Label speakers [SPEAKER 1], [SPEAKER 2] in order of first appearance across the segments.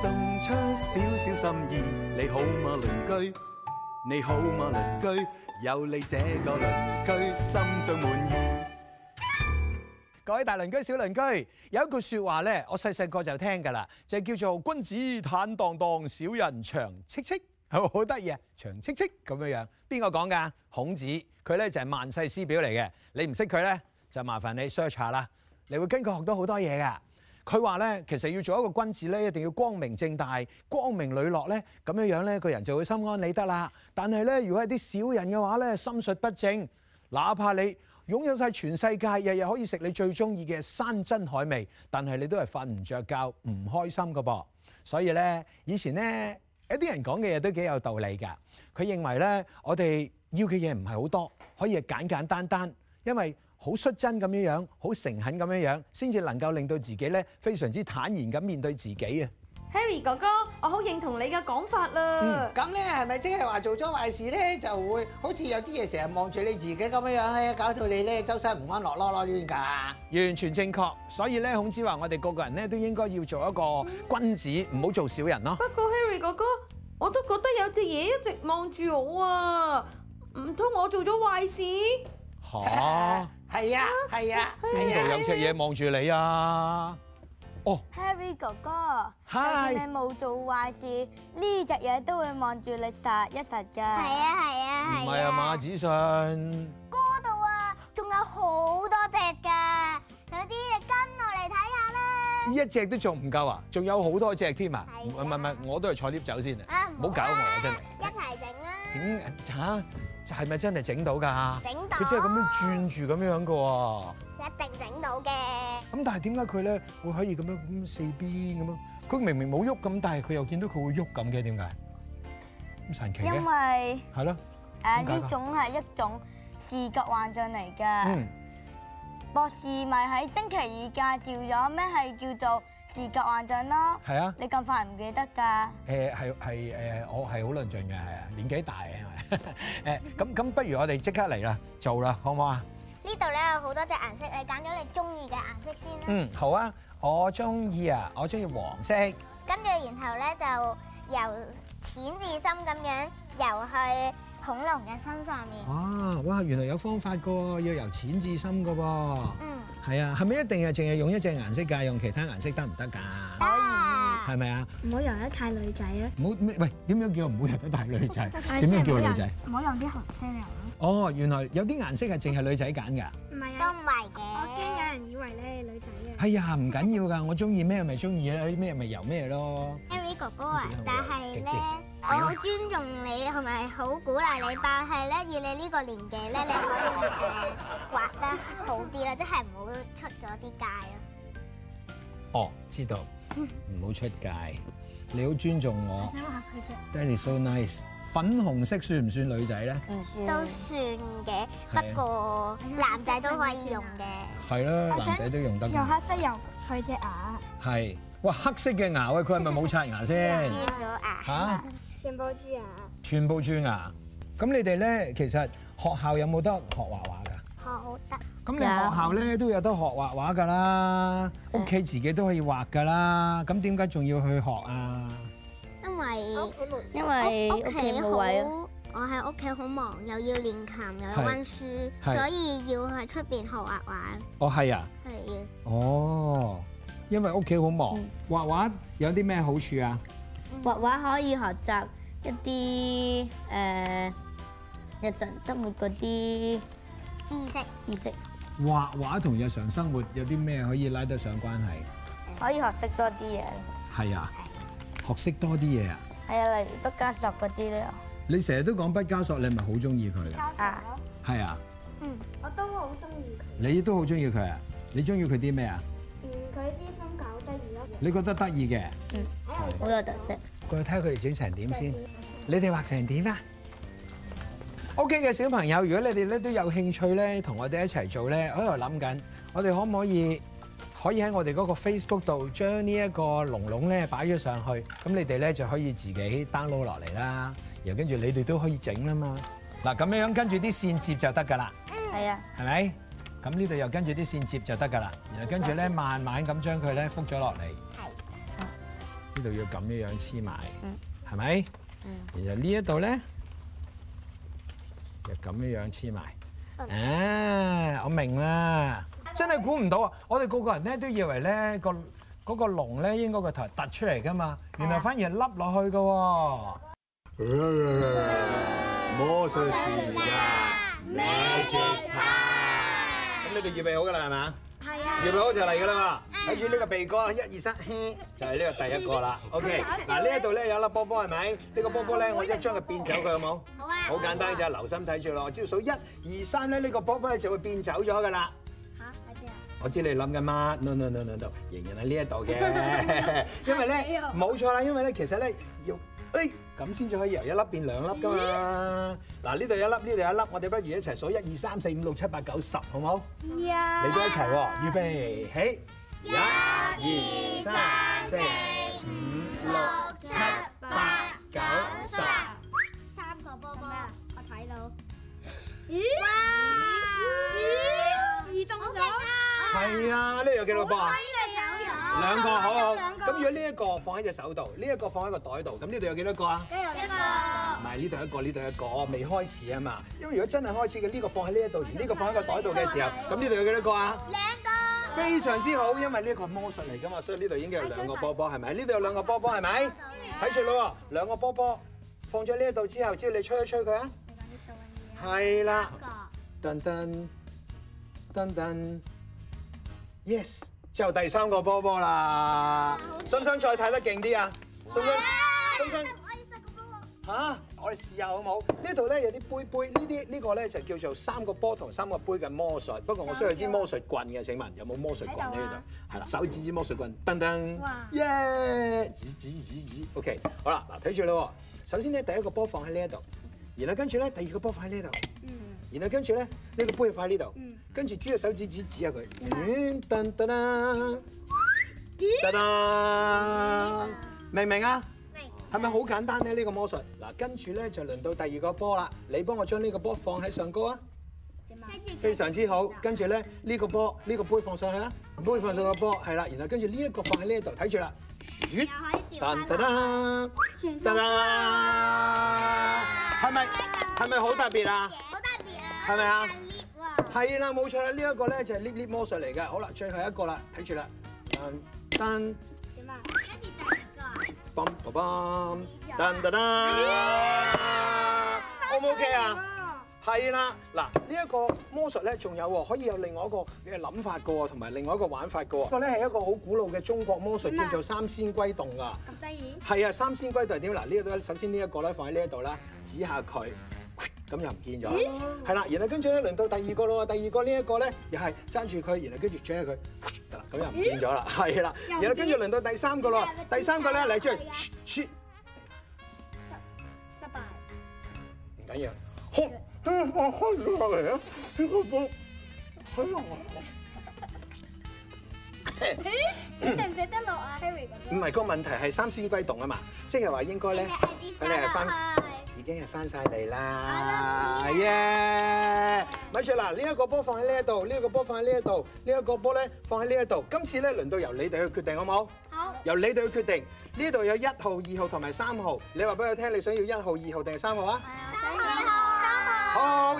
[SPEAKER 1] 送出少少心意，你好嗎鄰居？你好嗎鄰居？有你這個鄰居，心中滿意。
[SPEAKER 2] 各位大鄰居、小鄰居，有一句説話咧，我細細個就聽㗎啦，就叫做君子坦蕩蕩，小人長戚戚，好得意啊！長戚戚咁樣樣，邊個講㗎？孔子，佢咧就係萬世師表嚟嘅，你唔識佢咧，就麻煩你 search 下啦，你會跟佢學到好多嘢㗎。佢話咧，其實要做一個君子咧，一定要光明正大、光明磊落咧，咁樣樣咧，個人就會心安理得啦。但係咧，如果係啲小人嘅話咧，心術不正，哪怕你擁有晒全世界，日日可以食你最中意嘅山珍海味，但係你都係瞓唔着覺，唔開心㗎噃。所以咧，以前咧，一啲人講嘅嘢都幾有道理㗎。佢認為咧，我哋要嘅嘢唔係好多，可以係簡簡單單，因為，好率真咁樣樣，好誠懇咁樣樣，先至能夠令到自己咧非常之坦然咁面對自己啊
[SPEAKER 3] ！Harry 哥哥，我好認同你嘅講法
[SPEAKER 2] 嗯
[SPEAKER 3] 啦。
[SPEAKER 4] 咁咧係咪即係話做咗壞事咧，就會好似有啲嘢成日望住你自己咁樣樣咧，搞到你咧周身唔安樂囉囉攣㗎？
[SPEAKER 2] 完全正確，所以咧孔子話我哋個個人咧都應該要做一個君子，唔好做小人咯。
[SPEAKER 3] 不過 Harry 哥哥，我都覺得有隻嘢一直望住我啊，唔通我做咗壞事？
[SPEAKER 2] 嚇！
[SPEAKER 4] 係啊，係啊，
[SPEAKER 2] 邊度有隻嘢望住你啊？哦
[SPEAKER 5] ，Harry 哥哥，就算你冇做壞事，呢隻嘢都會望住你實一實㗎。係
[SPEAKER 6] 啊，係啊，係。
[SPEAKER 2] 唔係啊，馬子信。
[SPEAKER 6] 嗰度啊，仲有好多隻㗎，有啲你跟我嚟睇下啦。
[SPEAKER 2] 呢一隻都仲唔夠啊？仲有好多隻添啊！唔係唔係，我都係坐 lift 走先啊！
[SPEAKER 6] À,
[SPEAKER 2] 唔好搞我啊，真係。
[SPEAKER 6] 一齊整啦。
[SPEAKER 2] 點嚇？就係咪真係整到㗎？
[SPEAKER 6] 整到。
[SPEAKER 2] 佢真係咁樣轉住咁樣㗎喎。
[SPEAKER 6] 一定整到嘅。
[SPEAKER 2] 咁但係點解佢咧會可以咁樣咁四邊咁樣？佢明明冇喐咁，但係佢又見到佢會喐咁嘅，點解？咁神奇嘅。
[SPEAKER 5] 因為
[SPEAKER 2] 係咯。
[SPEAKER 5] 誒呢種係一種視覺幻象嚟㗎。嗯。博士咪喺星期二介紹咗咩係叫做視覺幻象咯。
[SPEAKER 2] 係啊。
[SPEAKER 5] 你咁快唔記得㗎？
[SPEAKER 2] 誒係係誒，我係好論盡嘅，係啊，年紀大嘅 誒。咁咁，不如我哋即刻嚟啦，做啦，好唔好啊？
[SPEAKER 6] 呢度咧有好多隻顏色，你揀咗你中意嘅顏色先啦。
[SPEAKER 2] 嗯，好啊，我中意啊，我中意黃色。
[SPEAKER 6] 跟住然後咧就由淺至深咁樣游去恐龍嘅身上面。
[SPEAKER 2] 哇！哇！原來有方法噶喎，要由淺至深噶喎。
[SPEAKER 6] 嗯。
[SPEAKER 2] 係啊，係咪一定係淨係用一隻顏色㗎？用其他顏色得唔得㗎？
[SPEAKER 6] À,
[SPEAKER 2] 可以。係咪啊？
[SPEAKER 7] 唔好用得太女仔啊！
[SPEAKER 2] 唔好咩？喂，點樣叫唔好用得太女仔？點樣叫女仔？
[SPEAKER 7] 唔好用啲紅色嚟。
[SPEAKER 2] 哦，原來有啲顏色係淨係女仔揀㗎。
[SPEAKER 7] 唔係啊，
[SPEAKER 6] 都唔係嘅。
[SPEAKER 7] 我驚有人以為咧係女仔啊。
[SPEAKER 2] 哎呀，唔緊要㗎，我中意咩咪中意啦，咩咪由咩咯。
[SPEAKER 6] Harry 哥哥啊，但係咧，我好尊重你，同埋好鼓勵你，但係咧，以你呢個年紀咧，你可以誒畫得好啲啦，即係唔好出咗啲界咯。
[SPEAKER 2] 哦，知道，唔好出界。你好尊重我。
[SPEAKER 7] 想畫佢啫。
[SPEAKER 2] That is so nice。粉紅色算唔算女仔咧？
[SPEAKER 6] 唔
[SPEAKER 5] 嗯
[SPEAKER 6] 算。都算嘅，不過男仔都可以用嘅。
[SPEAKER 2] 係啦，男仔都用得。
[SPEAKER 7] 用黑色油佢隻牙。
[SPEAKER 2] 係，哇！黑色嘅牙喂，佢係咪冇刷牙先？
[SPEAKER 6] 蛀咗啊牙。
[SPEAKER 2] 嚇！
[SPEAKER 7] 全部蛀牙。
[SPEAKER 2] 全部啊蛀牙。咁你哋咧，其實學校有冇得學畫畫㗎？
[SPEAKER 6] 學好得。
[SPEAKER 2] 咁你學校咧都有得學畫畫㗎啦，屋企自己都可以畫㗎啦。咁點解仲要去學啊？
[SPEAKER 6] 因為
[SPEAKER 8] 因為
[SPEAKER 6] 屋企
[SPEAKER 8] 屋企冇位
[SPEAKER 6] 好，我喺屋企好忙，又要練琴，又要
[SPEAKER 2] 係
[SPEAKER 6] 温書，
[SPEAKER 2] 係
[SPEAKER 6] 所以要喺出邊學畫畫。
[SPEAKER 2] 哦，係啊。
[SPEAKER 6] 係啊。
[SPEAKER 2] 哦，因為屋企好忙，畫畫有啲咩好處啊？
[SPEAKER 8] 畫畫可以學習一啲誒、呃日常生活嗰啲
[SPEAKER 6] 知識，
[SPEAKER 8] 知識
[SPEAKER 2] 畫畫同日常生活有啲咩可以拉得上關係？
[SPEAKER 8] 可以學識多啲嘢。
[SPEAKER 2] 係啊，學識多啲嘢啊！
[SPEAKER 8] 係啊，例如畢加索嗰啲咧，
[SPEAKER 2] 你成日都講畢加索，你係咪好中意佢㗎？
[SPEAKER 8] 啊，
[SPEAKER 2] 係啊，
[SPEAKER 7] 嗯，我都好中意佢。
[SPEAKER 2] 你都好中意佢啊？你中意佢啲咩啊？
[SPEAKER 7] 嗯，佢啲風格好得意咯，
[SPEAKER 2] 你覺得得意嘅，
[SPEAKER 8] 好有特色。
[SPEAKER 2] 過去睇下佢哋整成點先。你哋畫成點啊？屋企嘅小朋友，如果你哋咧都有興趣咧，同我哋一齊做咧，我喺度諗緊，我哋可唔可以可以喺我哋嗰個 Facebook 度將呢一個龍龍咧擺咗上去，咁你哋咧就可以自己 download 落嚟啦，然後跟住你哋都可以整啦嘛。嗱，咁樣樣跟住啲線接就得㗎啦。
[SPEAKER 8] 係啊，
[SPEAKER 2] 係咪？咁呢度又跟住啲線接就得㗎啦，然後跟住咧慢慢咁將佢咧覆咗落嚟。呢度要咁樣樣黐埋，係咪？然後呢一度咧又咁樣樣黐埋。啊，我明啦！真係估唔到啊！我哋個個人咧都以為咧個嗰個龍咧應該個頭突出嚟㗎嘛，原來反而係凹落去㗎喎。
[SPEAKER 1] 魔術師呀，
[SPEAKER 2] 咁你哋預備好㗎啦，係咪啊？係啊！預備好就嚟㗎啦
[SPEAKER 6] 嗯
[SPEAKER 2] 嘛！睇住呢個鼻哥，一二三，嘿，就係呢個第一個啦。OK，嗱
[SPEAKER 6] 嗯
[SPEAKER 2] 呢一度咧有粒波波係咪？呢個波波咧，我一將佢變走佢好冇？
[SPEAKER 6] 好啊
[SPEAKER 2] 好簡單啫，留心睇住咯。只要數一、二、三咧，呢個波波咧就會變走咗㗎啦。
[SPEAKER 6] 啊
[SPEAKER 2] 我知你諗緊乜？no no no no no，仍然喺呢一度 嘅，因為咧
[SPEAKER 6] 啊
[SPEAKER 2] 冇錯啦，因為咧其實咧要，誒咁先至可以由一粒變兩粒噶嘛。嗱呢度一粒，呢度一粒，我哋不如一齊數一二三四五六七八九十，好唔好？你都一齊喎，預備起，一、二、三、四、五、六、七、八、九、十。
[SPEAKER 6] 三個波波，
[SPEAKER 7] Dạ.
[SPEAKER 6] 我睇到。
[SPEAKER 7] à.
[SPEAKER 2] 係啊，呢度有幾多個啊？
[SPEAKER 6] 呢
[SPEAKER 2] 兩個，好好。咁如果呢一個放喺隻手度，呢一個放喺個袋度，咁呢度有幾多個啊？
[SPEAKER 6] 個走咗。一個。
[SPEAKER 2] 唔係呢度一個，呢度一個，未開始啊嘛。因為如果真係開始嘅，呢個放喺呢一度，而呢個放喺個袋度嘅時候，咁呢度有幾多個啊？
[SPEAKER 6] 兩個。
[SPEAKER 2] 非常之好，因為呢個係魔術嚟噶嘛，所以呢度已經有兩個波波係咪？呢度有兩個波波係咪？睇住咯喎，兩個波波放咗呢一度之後，只要你吹一吹佢啊，係啦，噔噔噔噔，yes，之後第三個波波啦，想唔想再睇得勁啲啊？想唔想？想唔想？嚇、我哋試下好冇？呢度咧有啲杯杯，呢啲呢個咧就叫做三個波同三個杯嘅魔術。不過我需要支魔術棍嘅，請問有冇魔術棍呢呢度？係啦，手指支魔術棍，噔噔，耶！咦咦咦咦，OK，好啦，嗱睇住啦喎。首先咧，第一個波放喺呢一度，然後跟住咧，第二個波放喺呢度。然後跟住咧，呢、呢個杯放喺呢度，跟住只要手指指指下佢，嗯噔噔啦，噔噔，明唔明啊？係咪好簡單咧？呢個魔術嗱，跟住咧就輪到第二個波啦。你幫我將呢個波放喺上高啊！非常之好。跟住咧，呢個波呢個杯放上去啊，杯放上個波係啦。然後跟住呢一個放喺呢一度，睇住啦。咦噔噔啦，噔啦，係咪係咪好特別啊？
[SPEAKER 6] 好特別啊！
[SPEAKER 2] 係咪啊
[SPEAKER 6] 好特別喎
[SPEAKER 2] 係啦，冇錯啦，呢、一個咧就係 lift lift 魔術嚟嘅。好啦，最後一個啦，睇住啦，噔噔。
[SPEAKER 6] 點啊？跟住第二個。
[SPEAKER 2] 嘣嘣嘣，噔噔噔，O 唔 OK à? 啊？係啦，嗱呢一個魔術咧，仲有喎，可以有另外一個嘅諗法嘅喎，同埋另外一個玩法嘅喎。呢個咧係一個好古老嘅中國魔術，叫做三仙歸洞㗎。係啊，三仙歸就係點嗱？呢度咧，首先呢一個咧放喺呢一度啦，指下佢，咁又唔見咗啦。係啦，然後跟住咧輪到第二個咯喎，第二個呢一個咧又係揸住佢，然後跟住追下佢，得啦，咁又唔見咗啦，係啦。然後跟住輪到第三個咯喎，第三個咧嚟追，噓噓
[SPEAKER 6] 失敗。
[SPEAKER 2] 唔緊要，開，嗯我開咗落嚟啊，呢個波，開落嚟。
[SPEAKER 6] 食唔食得落
[SPEAKER 5] à?
[SPEAKER 6] 啊，Harry 咁
[SPEAKER 2] 唔係個問題係三仙歸洞啊嘛，即係話應該咧，佢哋係翻。
[SPEAKER 6] 去。
[SPEAKER 2] 已經係翻晒嚟啦，耶！咪住嗱，呢一個波放喺呢一度，呢一個波放喺呢一度，呢一個波咧放喺呢一度。今次咧輪到由你哋去決定好冇？
[SPEAKER 6] 好。
[SPEAKER 2] 由你哋去決定。呢度有一號、二號同埋三號，你話俾我聽，你想要一號、二號定係三號啊？
[SPEAKER 6] 三號。
[SPEAKER 2] 好好好，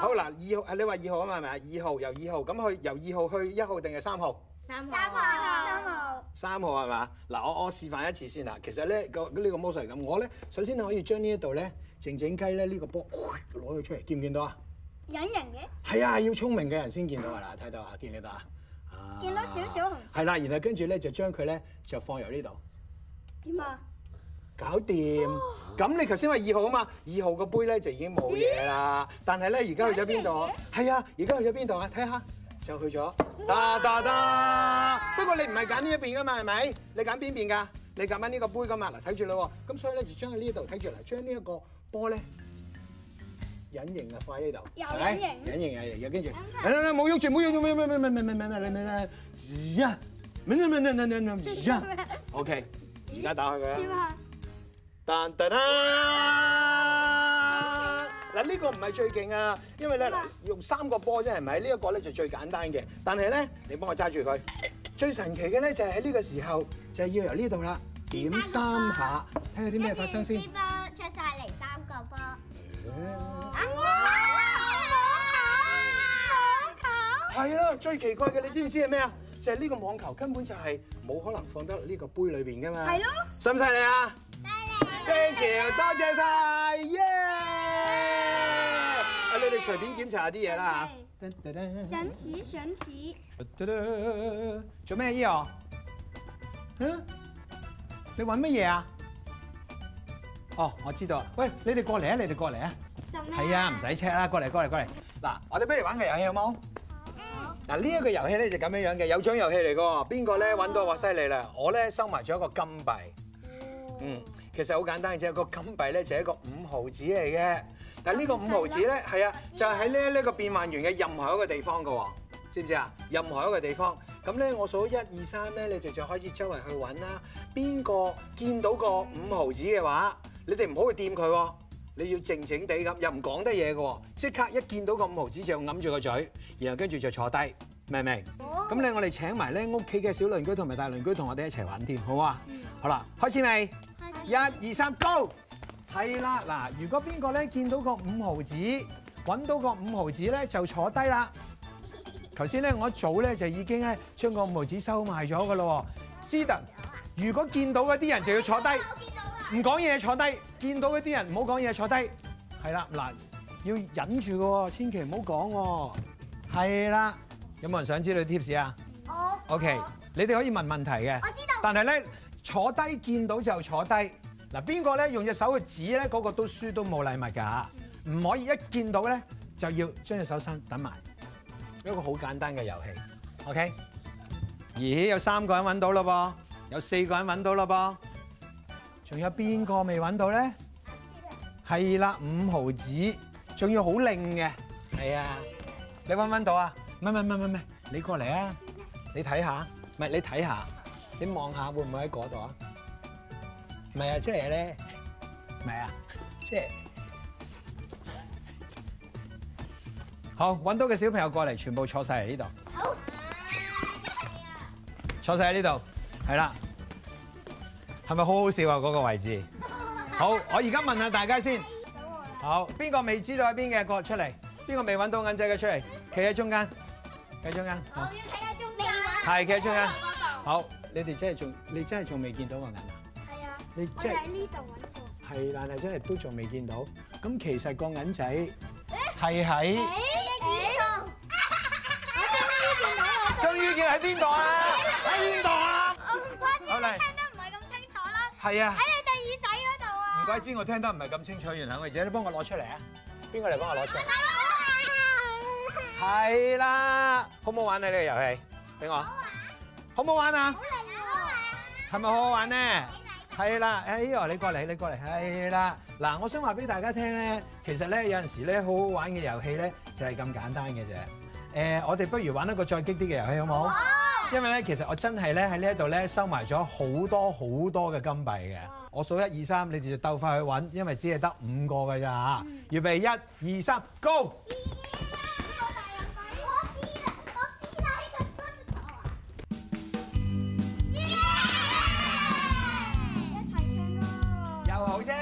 [SPEAKER 2] 好嗱，二號啊，你話二號啊嘛係咪啊？二號由二號咁去，由二號去一號定係三號？
[SPEAKER 8] 三號
[SPEAKER 6] 三號。三號。
[SPEAKER 2] 三號係嘛？嗱，我我示範一次先啦。啊其實咧個呢個魔術係咁，我咧首先可以將呢一度咧靜靜雞咧呢個波攞佢出嚟，見唔見到啊？
[SPEAKER 6] 隱形嘅。
[SPEAKER 2] 係啊，要聰明嘅人先見到啊！嗱，睇到啊，見唔見到啊？啊
[SPEAKER 6] 見到少少紅色
[SPEAKER 2] 係啦，然後跟住咧就將佢咧就放入呢度，
[SPEAKER 6] 點啊？
[SPEAKER 2] 搞掂。咁你頭先話二號啊嘛，二號個杯咧就已經冇嘢啦。但係咧而家去咗邊度？係啊，而家去咗邊度啊？睇下，又去咗，哒哒哒。不過你唔係揀呢一邊噶嘛，係咪？你揀邊邊㗎？你揀緊呢個杯噶嘛？嗱，睇住啦喎。咁所以咧就將佢呢度睇住嗱，將呢一個波咧隱形啊，放喺呢度。
[SPEAKER 6] 又
[SPEAKER 2] 係咪
[SPEAKER 6] 隱形
[SPEAKER 2] 隱形隱形，又跟住。嚟嚟嚟，冇喐住，冇喐住，冇喐住，冇喐住，冇喐住，冇喐住，冇喐住，呀！咪咪咪咪咪咪呀！OK，而家打開佢啊。
[SPEAKER 7] Ờ.
[SPEAKER 2] 噔噔噔！嗱，呢個唔係最勁啊，因為咧嗱用三個波啫，係咪？呢一個咧就最簡單嘅，但係咧你幫我揸住佢。最神奇嘅咧就係喺呢個時候，就係要由呢度啦，點三下，睇下啲咩發生先
[SPEAKER 6] 呢。波出晒嚟三個波。
[SPEAKER 2] 係啦，最奇怪嘅你知唔知係咩啊？就係呢個網球根本就係冇可能放得落呢個杯裏邊噶嘛。係咯。使唔使你啊？Thank you，多謝晒！耶！啊，你哋隨便檢查下啲嘢啦嚇。噔噔噔
[SPEAKER 7] 神奇神奇，
[SPEAKER 2] 嘟嘟做咩依哦？嗯，你揾乜嘢啊？哦，我知道啦。喂，你哋過嚟啊！你哋過嚟啊！
[SPEAKER 7] 做咩
[SPEAKER 2] 係啊，唔使 check 啦，過嚟過嚟過嚟。嗱，我哋不如玩個遊戲好冇？嗱，呢一個遊戲咧就咁樣樣嘅，有獎遊戲嚟噶喎。邊個咧揾到話犀利啦？我咧收埋咗一個金幣。嗯，其實好簡單嘅啫，個金幣咧就係一個五毫子嚟嘅。但呢個五毫子咧，係啊，就係喺呢呢個變幻園嘅任何一個地方噶喎，知唔知啊？任何一個地方。咁咧，我數一二三咧，你哋就開始周圍去揾啦。邊個見到個五毫子嘅話，你哋唔好去掂佢喎。你要靜靜地咁，又唔講得嘢嘅喎，即刻一見到個五毫子就揞住個嘴，然後跟住就坐低，明唔明？咁咧，我哋請埋咧屋企嘅小鄰居同埋大鄰居同我哋一齊玩添，好唔好啊？好啦，開始未？一二三，Go！係啦，嗱，如果邊個咧見到個五毫子，揾到個五毫子咧就坐低啦。頭先咧我一早咧就已經咧將個五毫子收埋咗嘅咯喎。斯特，如果見到嗰啲人就要坐低。唔講嘢坐低，見到嗰啲人唔好講嘢坐低，係啦嗱，要忍住嘅喎，千祈唔好講喎，係啦。有冇人想知道啲 tips 啊
[SPEAKER 6] 我
[SPEAKER 2] ？OK，你哋可以問問題嘅，
[SPEAKER 6] 我知道。
[SPEAKER 2] 但係咧坐低見到就坐低。嗱，邊個咧用隻手去指咧，嗰、個都輸都冇禮物㗎，唔可以一見到咧就要將隻手伸等埋。一個好簡單嘅遊戲，OK？咦，有三個人揾到咯噃，有四個人揾到咯噃。仲有邊個未揾到咧？係啦，五毫子，仲要好靚嘅，係啊！你揾唔揾到啊？唔係唔係唔係唔係，你過嚟啊！你睇下，唔係你睇下，你望下會唔會喺嗰度啊？唔係啊，即係咧，唔係啊，即係。好，揾到嘅小朋友過嚟，全部坐晒嚟呢度。坐晒喺呢度，係啦，係咪好好笑啊？嗰、個位置，好，我而家問下大家先，好，邊個未知道喺邊嘅個出嚟？邊個未揾到銀仔嘅出嚟？企喺中間，企喺中間，好係啊企喺中間，好，你哋真係仲，你真係仲未見到個銀啊？
[SPEAKER 7] 係啊，
[SPEAKER 2] 你
[SPEAKER 7] 我
[SPEAKER 2] 真係
[SPEAKER 7] 喺呢度揾過。
[SPEAKER 2] 係，但係真係都仲未見到。咁其實個銀仔係喺，終於見到喺邊度啊？喺邊度啊？好嚟，係啊。唔怪之我聽得唔係咁清楚，原來我姐，你幫我攞出嚟啊！邊個嚟幫我攞出嚟？係啦，好唔好玩啊？呢個遊戲俾我，好唔好玩啊？係咪好好玩咧？係啦，哎呦，你過嚟，你過嚟，係啦。嗱，我想話俾大家聽咧，其實咧有陣時咧好好玩嘅遊戲咧就係咁簡單嘅啫。誒、我哋不如玩一個再激啲嘅遊戲好冇？
[SPEAKER 6] 啊
[SPEAKER 2] 因為咧，其實我真係咧喺呢一度咧收埋咗好多好多嘅金幣嘅。我數一二三，你哋就鬥快去揾，因為只係得五個㗎咋嚇。預備一二三，Go！又好啫。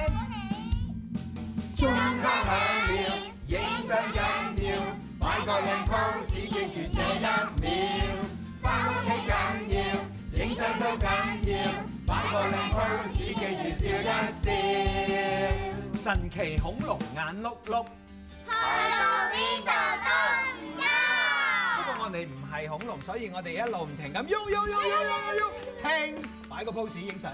[SPEAKER 1] 鐘敲響了，影相緊要，擺個靚 pose 記住這一秒。翻屋企緊要，影相都緊要，擺個靚 pose 記住笑一笑。
[SPEAKER 2] 神奇恐龍眼碌碌，不過我哋唔係恐龍，所以我哋一路唔停咁喐喐喐喐喐喐，停，擺個 pose 影相。